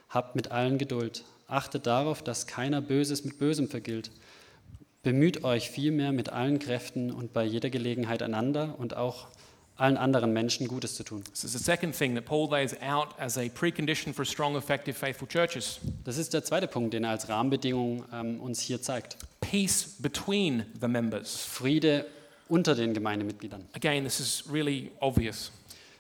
habt mit allen Geduld, achtet darauf, dass keiner Böses mit Bösem vergilt, bemüht euch vielmehr mit allen Kräften und bei jeder Gelegenheit einander und auch allen anderen Menschen Gutes zu tun. This is the second thing that Paul lays out as a precondition for strong, effective, faithful churches Das ist der zweite Punkt, den er als Rahmenbedingung ähm, uns hier zeigt. peace between the members. Friede unter den Gemeindemitgliedern. Again, this is really obvious.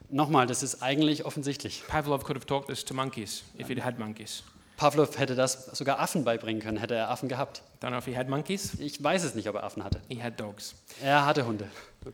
Nochmal, das ist eigentlich offensichtlich. Pavlov could have taught this to monkeys if he'd had monkeys. Pavlov hätte das sogar Affen beibringen können, hätte er Affen gehabt. Don't know if he had monkeys. Ich weiß es nicht, ob er Affen hatte. He had dogs. Er hatte Hunde.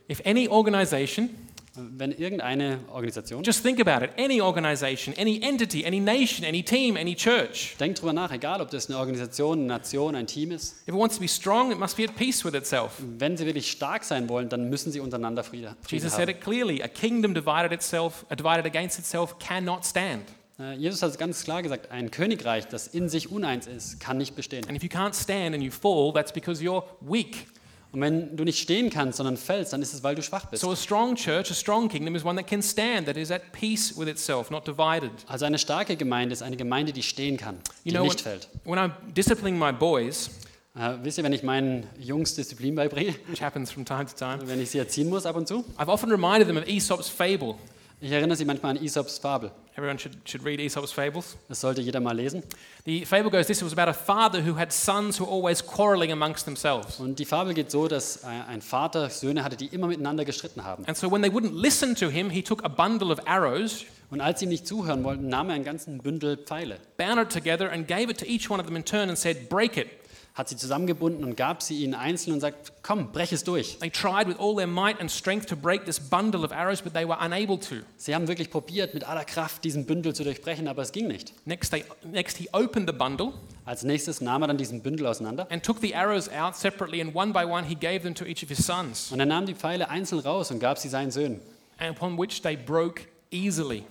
If any organization Wenn irgendeine Organisation, Just think about it. Any organization, any entity, any nation, any team, any church. denkt drüber nach, egal ob das eine Organisation, eine Nation, ein Team ist, If it wants to be strong, it must be at peace with itself. wenn sie wirklich stark sein wollen, dann müssen sie untereinander Friede, Frieden Jesus said haben. it clearly. A kingdom divided itself, uh, divided against itself cannot stand. Äh, Jesus hat es ganz klar gesagt, ein Königreich, das in sich uneins ist, kann nicht bestehen. And if you can't stand and you fall, that's because you're weak. Und wenn du nicht stehen kannst, sondern fällst, dann ist es, weil du schwach bist. So a strong church, a strong kingdom is one that can stand, that is at peace with itself, not divided. Also eine starke Gemeinde ist eine Gemeinde, die stehen kann, die know nicht what- fällt. When I'm disciplining my boys, Äh, wisst ihr, wenn ich meinen Jungs Disziplin beibringe, [LAUGHS] which happens from time to time, wenn ich sie erziehen muss ab und zu, I've often reminded them of Aesop's fable. ich erinnere sie manchmal an Aesops Fabel. Everyone should, should read Aesop's fables. Das sollte jeder mal lesen. The fable goes this it was about a father who had sons who were always quarreling amongst themselves. Und die Fabel geht so, dass äh, ein Vater Söhne hatte, die immer miteinander gestritten haben. And so when they wouldn't listen to him, he took a bundle of arrows, Und als sie ihm nicht zuhören wollten, nahm er einen ganzen Bündel Pfeile, bound it together, and gave it to each one of them in turn and said, Break it. hat sie zusammengebunden und gab sie ihnen einzeln und sagt, komm, brech es durch. They tried with all their might and strength to break this bundle of arrows, but they were unable to. Sie haben wirklich probiert, mit aller Kraft diesen Bündel zu durchbrechen, aber es ging nicht. Next, they, next, he opened the bundle Als nächstes nahm er dann diesen Bündel auseinander and took the arrows out separately, and one by one he gave them to each of his sons, und er nahm die Pfeile einzeln raus und gab sie seinen Söhnen. and upon which they broke easily.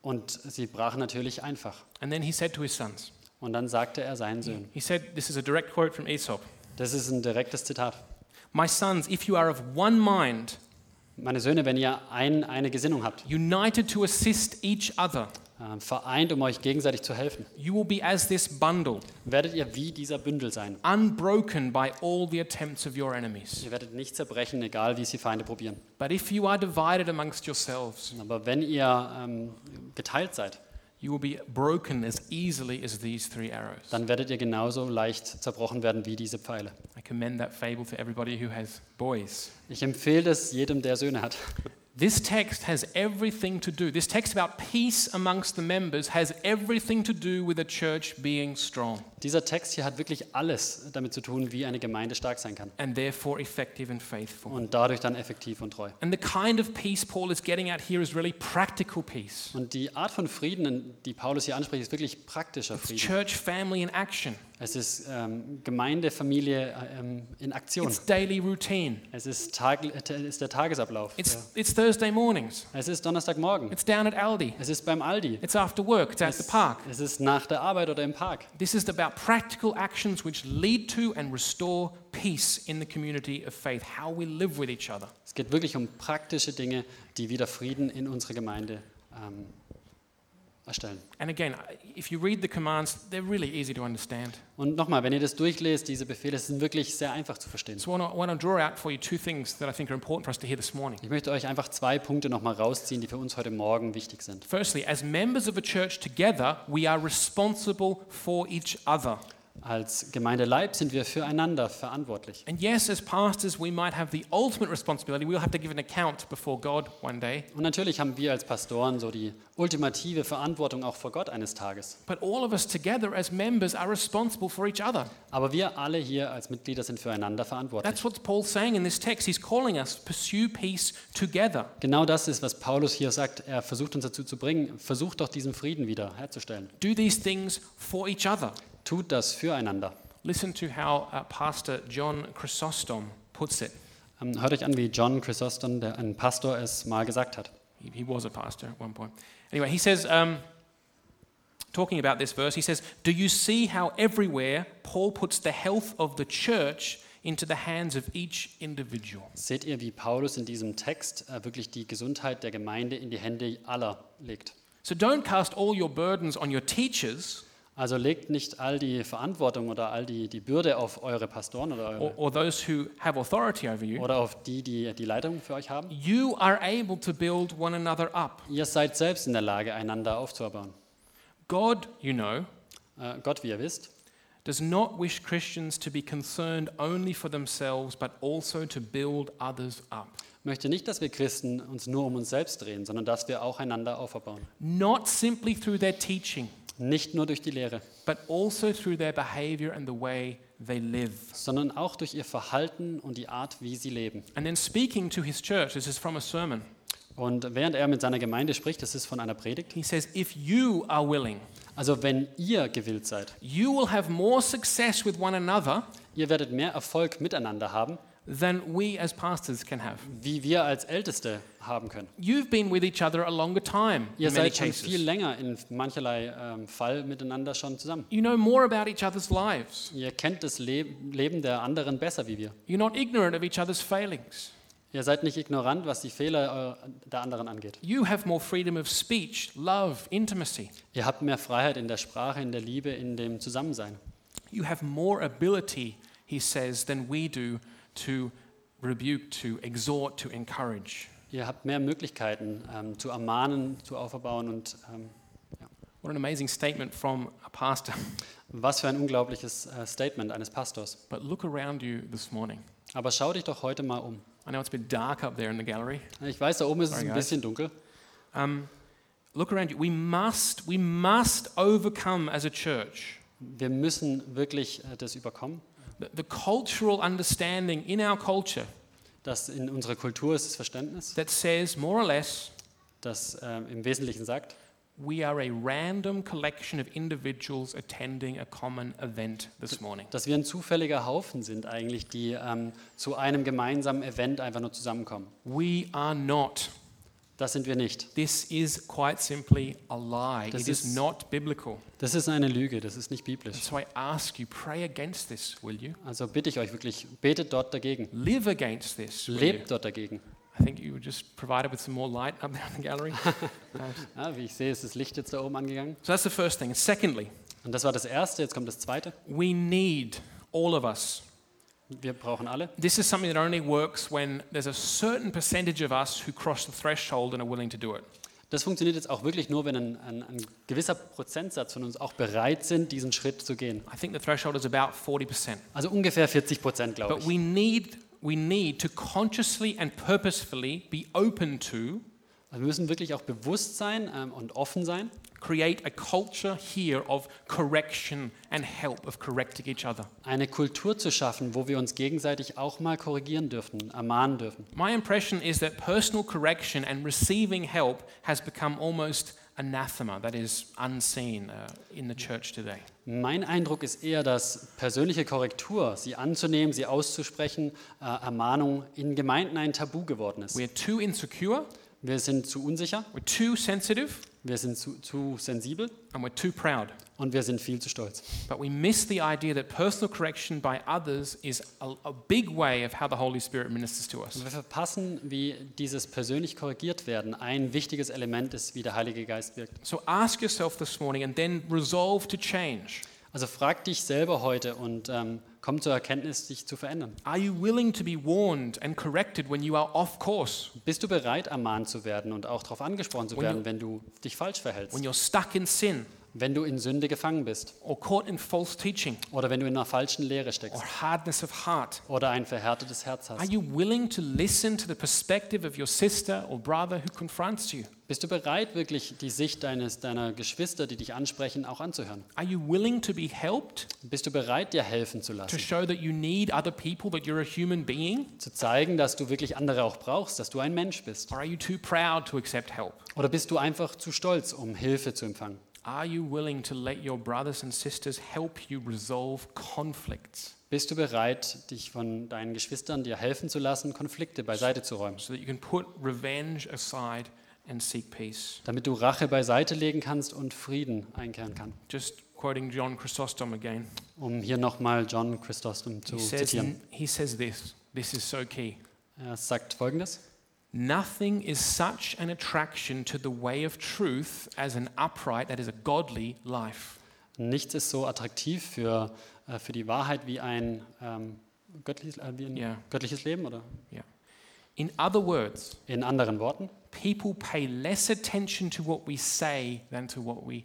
Und sie brachen natürlich einfach. And then he said to his sons, Und dann sagte er seinen Söhnen, He said, This is a direct quote from Aesop. das ist ein direktes Zitat, My sons, if you are of one mind, meine Söhne, wenn ihr ein, eine Gesinnung habt, united to assist each other, äh, vereint, um euch gegenseitig zu helfen, you will be as this bundle, werdet ihr wie dieser Bündel sein. unbroken by all the attempts of your enemies. Ihr werdet nicht zerbrechen, egal wie es die Feinde probieren. But if you are divided amongst yourselves, Aber wenn ihr ähm, geteilt seid, you will be broken as easily as these three arrows. dann werdet ihr genauso leicht zerbrochen werden wie diese Pfeile. I commend that fable to everybody who has boys. Ich empfehle es jedem, der Söhne hat. This text has everything to do, this text about peace amongst the members has everything to do with a church being strong Dieser Text hier hat wirklich alles damit zu tun, wie eine Gemeinde stark sein kann and therefore effective and faithful. und dadurch dann effektiv und treu. And the kind of peace Paul is getting at here is really practical peace. Und die Art von Frieden, die Paulus hier anspricht, ist wirklich praktischer It's Frieden. church family in action. Es ist ähm, Gemeinde, Familie äh, ähm, in Aktion. It's daily routine. Es ist, Tag, äh, ist der Tagesablauf. It's, Ja. it's Thursday mornings. Es ist Donnerstagmorgen. It's down at Aldi. Es ist beim Aldi. It's after work. It's at the Es- park. Es ist nach der Arbeit oder im Park. This is about practical actions which lead to and restore peace in the community of faith, how we live with each other. Es geht wirklich um praktische Dinge, die wieder Frieden in unsere Gemeinde ähm, erstellen. And again, I- if you read the commands, they're really easy to understand. Und nochmal, wenn ihr das durchlest, diese Befehle, sind wirklich sehr einfach zu verstehen. So I want to- I want to draw out for you two things that I think are important for us to hear this morning. Ich möchte euch einfach zwei Punkte nochmal rausziehen, die für uns heute Morgen wichtig sind. Firstly, as members of a church together, we are responsible for each other. Als Gemeindeleib sind wir füreinander verantwortlich. And yes, as pastors, we might have the ultimate responsibility. We'll have to give an account before God one day. Und natürlich haben wir als Pastoren so die ultimative Verantwortung auch vor Gott eines Tages. But all of us together as members are responsible for each other. Aber wir alle hier als Mitglieder sind füreinander verantwortlich. That's what Paul's saying in this text. He's calling us pursue peace together. Genau das ist, was Paulus hier sagt. Er versucht uns dazu zu bringen, versucht doch diesen Frieden wieder herzustellen. Do these things for each other. Tut das füreinander. Listen to how uh, Pastor John Chrysostom puts it. Ähm, Hört euch an, wie John Chrysostom, der ein Pastor, es mal gesagt hat. He, he was a pastor at one point. Anyway, he says, um, talking about this verse, he says, Do you see how everywhere Paul puts the health of the church into the hands of each individual? Seht ihr, wie Paulus in diesem Text äh, wirklich die Gesundheit der Gemeinde in die Hände aller legt? So don't cast all your burdens on your teachers Also legt nicht all die Verantwortung oder all die, die Bürde auf eure Pastoren or, oder, eure, or those who have authority over you. oder auf die, die die Leitung für euch haben. You are able to build one another up. Ihr seid selbst in der Lage, einander aufzubauen. God, you know, Äh, Gott, wie ihr wisst, does not wish Christians to be concerned only for themselves, but also to build others up. möchte nicht, dass wir Christen uns nur um uns selbst drehen, sondern dass wir auch einander auferbauen. Not simply through their teaching, Nicht nur durch die Lehre, but also through their behavior and the way they live. sondern auch durch ihr Verhalten und die Art, wie sie leben. And then speaking to his church, this is from a sermon, Und während er mit seiner Gemeinde spricht, das ist von einer Predigt, he says, If you are willing, also wenn ihr gewillt seid, you will have more success with one another ihr werdet mehr Erfolg miteinander haben, than we as pastors can have. wie wir als Älteste haben können. You've been with each other a longer time Ihr in many seid schon viel cases. länger in mancherlei ähm, Fall miteinander schon zusammen. You know more about each other's lives. Ihr kennt das Leb- Leben der anderen besser wie wir. You're not ignorant of each other's failings. Ihr seid nicht ignorant, was die Fehler eurer- der anderen angeht. You have more freedom of speech, love, intimacy. Ihr habt mehr Freiheit in der Sprache, in der Liebe, in dem Zusammensein. You have more ability, he says, than we do to rebuke, to exhort, to encourage. Ihr habt mehr Möglichkeiten ähm, zu ermahnen, zu auferbauen und ähm, What an amazing statement from a pastor. [LAUGHS] was für ein unglaubliches äh, Statement eines Pastors. But look around you this morning. Aber schau dich doch heute mal um. I know it's a bit dark up there in the gallery. Ich weiß, da oben ist es Sorry, ein guys. bisschen dunkel. Um, look around you. We must, we must overcome as a church Wir müssen wirklich äh, das überkommen. the, the cultural understanding in our culture Das in unserer Kultur ist das Verständnis, that says, more or less, das ähm, im Wesentlichen sagt, we are a random collection of individuals attending a common event this morning. dass wir ein zufälliger Haufen sind eigentlich, die ähm, zu einem gemeinsamen Event einfach nur zusammenkommen. We are not. Das sind wir nicht. This is quite simply a lie. This it is, is- not biblical. Das ist eine Lüge, das ist nicht biblisch. So I ask you, pray against this, will you? Also bitte ich euch wirklich, betet dort dagegen. Live against this. Will you? Lebt dort dagegen. I think you were just provided with some more light up there in the gallery. Thanks. Ja, wie ich sehe, ist das Licht jetzt da oben angegangen. so that's the first thing. Secondly, Und das war das Erste, jetzt kommt das Zweite. we need all of us. Wir brauchen alle. This is something that only works when there's a certain percentage of us who cross the threshold and are willing to do it. Das funktioniert jetzt auch wirklich nur, wenn ein, ein, ein gewisser Prozentsatz von uns auch bereit sind, diesen Schritt zu gehen. I think the threshold is about 40%. Also ungefähr 40 Prozent, glaube But ich. we need, we need to consciously and purposefully be open to Also wir müssen wirklich auch bewusst sein ähm, und offen sein. create a culture here of correction and help, of correcting each other. eine Kultur zu schaffen, wo wir uns gegenseitig auch mal korrigieren dürfen, ermahnen dürfen. My impression is that personal correction and receiving help has become almost anathema, that is, unseen uh, in the church today. Mein Eindruck ist eher, dass persönliche Korrektur, sie anzunehmen, sie auszusprechen, äh, Ermahnung in Gemeinden ein Tabu geworden ist. We're too insecure, Wir sind zu unsicher, we're too sensitive, wir sind zu, zu sensibel and we're too proud. und wir sind viel zu stolz. But we miss the idea that personal correction by others is a, a big way of how the Holy Spirit ministers to us. Wir verpassen, wie dieses persönlich korrigiert werden ein wichtiges Element ist, wie der Heilige Geist wirkt. So ask yourself this morning and then resolve to change. Also frag dich selber heute und ähm, komm zur Erkenntnis, dich zu verändern. Are you willing to be warned and corrected when you are off course? Bist du bereit, ermahnt zu werden und auch darauf angesprochen zu When werden, wenn du dich falsch verhältst? When you're stuck in sin Wenn du in Sünde gefangen bist or caught in false teaching oder wenn du in einer falschen Lehre or steckst hardness of heart? oder ein verhärtetes Herz Are hast? you willing to listen to the perspective of your sister or brother who confronts you? Bist du bereit, wirklich die Sicht deines, deiner Geschwister, die dich ansprechen, auch anzuhören? Are you willing to be helped Bist du bereit, dir helfen zu to lassen? show that you need other people, that you're a human being? Zu zeigen, dass du wirklich andere auch brauchst, dass du ein Mensch bist? Or are you too proud to accept help? Oder bist du einfach zu stolz, um Hilfe zu empfangen? Are you willing to let your brothers and sisters help you resolve conflicts Bist du bereit, dich von deinen Geschwistern dir helfen zu lassen, Konflikte beiseite zu räumen, so that you can put revenge aside and seek peace. damit du Rache beiseite legen kannst und Frieden einkehren kann. Just quoting John Chrysostom again. Um hier nochmal John Christostom zu He says, zitieren. he says this this is so key. Er sagt folgendes. Nothing is such an attraction to the way of truth as an upright, that is a godly life. Nichts ist so attraktiv für, äh, für die Wahrheit wie ein, ähm, göttliches, äh, wie ein Ja. göttliches Leben, oder? In other words, In anderen Worten. people pay less attention to what we say than to what we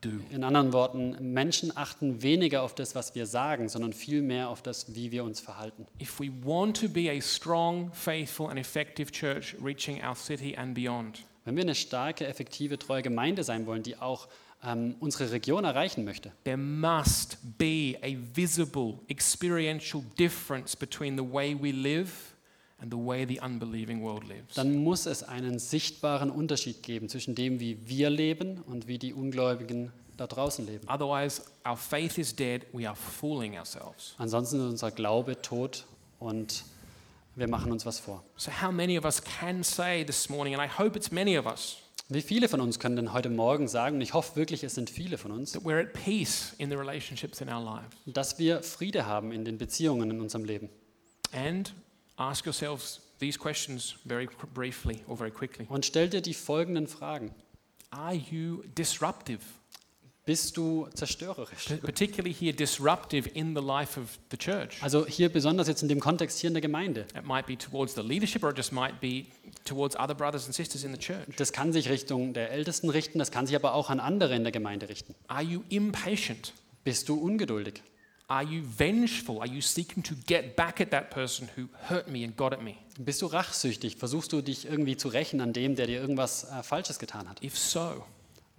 do. In anderen Worten, Menschen achten weniger auf das, was wir sagen, sondern viel mehr auf das, wie wir uns verhalten. If we want to be a strong, faithful, and effective church reaching our city and beyond, Wenn wir eine starke, effektive, treue Gemeinde sein wollen, die auch ähm, unsere Region erreichen möchte, there must be a visible, experiential difference between the way we live and the way the unbelieving world lives. dann muss es einen sichtbaren Unterschied geben zwischen dem, wie wir leben und wie die Ungläubigen da draußen leben. Otherwise, our faith is dead, we are fooling ourselves. Ansonsten ist unser Glaube tot und wir machen uns was vor. So, how many of us can say this morning, and I hope it's many of us, Wie viele von uns können denn heute Morgen sagen, und ich hoffe wirklich, es sind viele von uns, that we're at peace in the relationships in our lives? dass wir Friede haben in den Beziehungen in unserem Leben? And ask yourselves these questions very qu- briefly or very quickly. Und stell dir die folgenden Fragen. Are you disruptive? Bist du zerstörerisch? P- Particularly here, disruptive in the life of the church. Also hier besonders jetzt in dem Kontext hier in der Gemeinde. It might be towards the leadership or it just might be towards other brothers and sisters in the church. Das kann sich Richtung der Ältesten richten, das kann sich aber auch an andere in der Gemeinde richten. Are you impatient? Bist du ungeduldig? Are you vengeful? Are you seeking to get back at that person who hurt me and got at me? Bist du rachsüchtig? Versuchst du dich irgendwie zu rächen an dem, der dir irgendwas äh, Falsches getan hat? If so,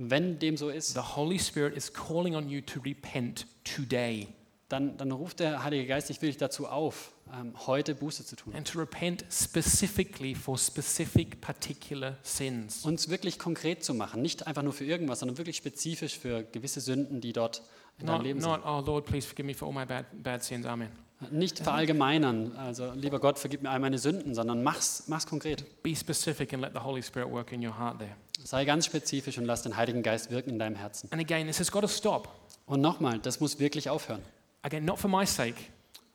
Wenn dem so ist, the Holy Spirit is calling on you to repent today dann, dann ruft der Heilige Geist dich wirklich dazu auf, ähm, heute Buße zu tun. and to repent specifically for specific particular sins. Uns wirklich konkret zu machen, nicht einfach nur für irgendwas, sondern wirklich spezifisch für gewisse Sünden, die dort in deinem Not, Leben not, oh Lord, please forgive me for all my bad, bad sins. Amen. sind. Nicht verallgemeinern, also lieber Gott, vergib mir all meine Sünden, sondern mach's, mach's konkret. Be specific and let the Holy Spirit work in your heart there. Sei ganz spezifisch und lass den Heiligen Geist wirken in deinem Herzen. And again, this has got to stop. Und nochmal, das muss wirklich aufhören. Again, not for my sake,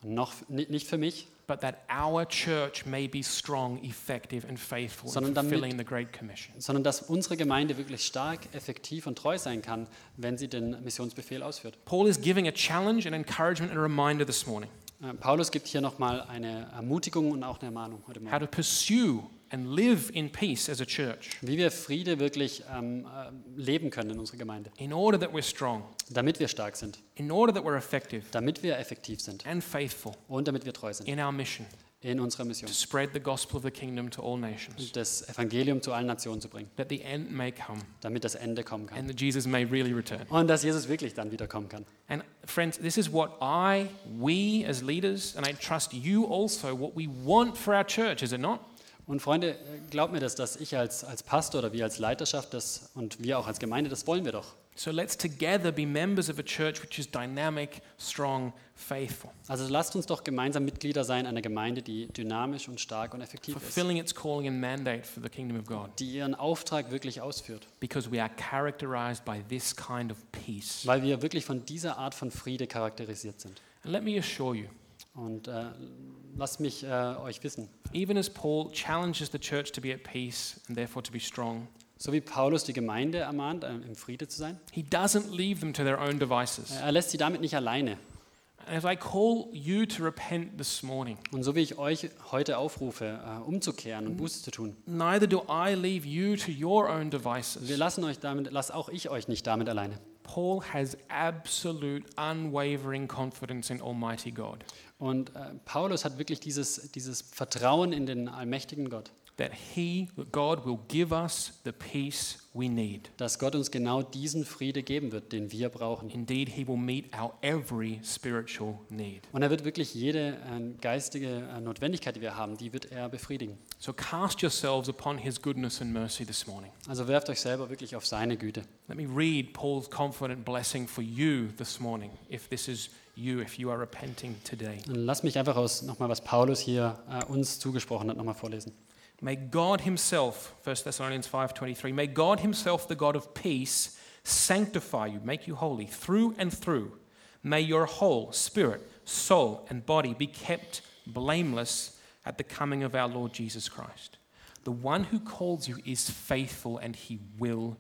Und noch ni- nicht für mich, but that our church may be strong, effective, and faithful in Sondern damit- fulfilling the Great Commission. sondern dass unsere Gemeinde wirklich stark, effektiv und treu sein kann, wenn sie den Missionsbefehl ausführt. Paul is giving a challenge, an encouragement, and a reminder this morning Äh, Paulus gibt hier nochmal eine Ermutigung und auch eine Ermahnung heute how Morgen. to pursue and live in peace as a church Wie wir Friede wirklich ähm, äh, leben können in unserer Gemeinde, in order that we're strong, damit wir stark sind, in order that we're effective damit wir effektiv sind and faithful und damit wir treu sind in our mission in unserer Mission, to spread the gospel of the kingdom to all nations, das Evangelium zu allen Nationen zu bringen, that the end may come damit das Ende kommen kann and that Jesus may really return. und dass Jesus wirklich dann wiederkommen kann. And friends, this is what I, we as leaders, and I trust you also, what we want for our church, is it not? Und Freunde, glaubt mir das, dass ich als, als Pastor oder wir als Leiterschaft das und wir auch als Gemeinde, das wollen wir doch. So let's together be members of a church which is dynamic, strong, faithful, Also lasst uns doch gemeinsam Mitglieder sein einer Gemeinde, die dynamisch und stark und effektiv ist, fulfilling its calling and mandate for the kingdom of God, die ihren Auftrag wirklich ausführt, because we are characterized by this kind of peace. weil wir wirklich von dieser Art von Friede charakterisiert sind. And let me assure you, Und äh, lasst mich äh, euch wissen, even as Paul challenges the church to be at peace and therefore to be strong, so wie Paulus die Gemeinde ermahnt, äh, im Friede zu sein, he doesn't leave them to their own äh, devices. er lässt sie damit nicht alleine. And as I call you to repent this morning, Und so wie ich euch heute aufrufe, äh, umzukehren und Buße zu tun, neither do I leave you to your own wir devices. lassen euch damit, lass auch ich euch nicht damit alleine. Paul has absolute, unwavering confidence in Almighty God. Und äh, Paulus hat wirklich dieses, dieses Vertrauen in den allmächtigen Gott, that he that god will give us the peace we need dass Gott uns genau diesen Friede geben wird, den wir brauchen. indeed he will meet our every spiritual need Und er wird wirklich jede äh, geistige äh, Notwendigkeit, die wir haben, die wird er befriedigen. so cast yourselves upon his goodness and mercy this morning Also werft euch selber wirklich auf seine Güte. let me read paul's confident blessing for you this morning if this is you if you are repenting today Und lass mich einfach aus nochmal, was Paulus hier äh, uns zugesprochen hat, nochmal vorlesen. May God himself, 1 Thessalonians 5:23, may God himself, the God of peace, sanctify you, make you holy through and through. May your whole spirit, soul, and body be kept blameless at the coming of our Lord Jesus Christ. The one who calls you is faithful and he will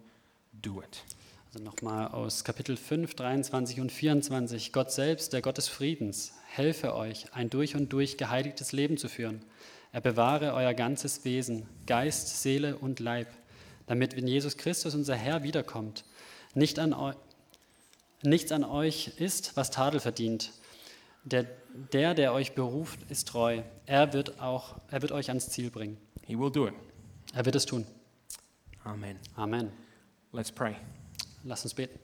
do it. Also nochmal aus Kapitel 5, 23 und 24. Gott selbst, der Gott des Friedens, helfe euch, ein durch und durch geheiligtes Leben zu führen. Er bewahre euer ganzes Wesen, Geist, Seele und Leib, damit, wenn Jesus Christus, unser Herr, wiederkommt, nicht an eu nichts an euch ist, was Tadel verdient. Der, der, der euch beruft, ist treu. Er wird, auch, er wird euch ans Ziel bringen. He will do it. Er wird es tun. Amen. Amen. Let's pray. Lass uns beten.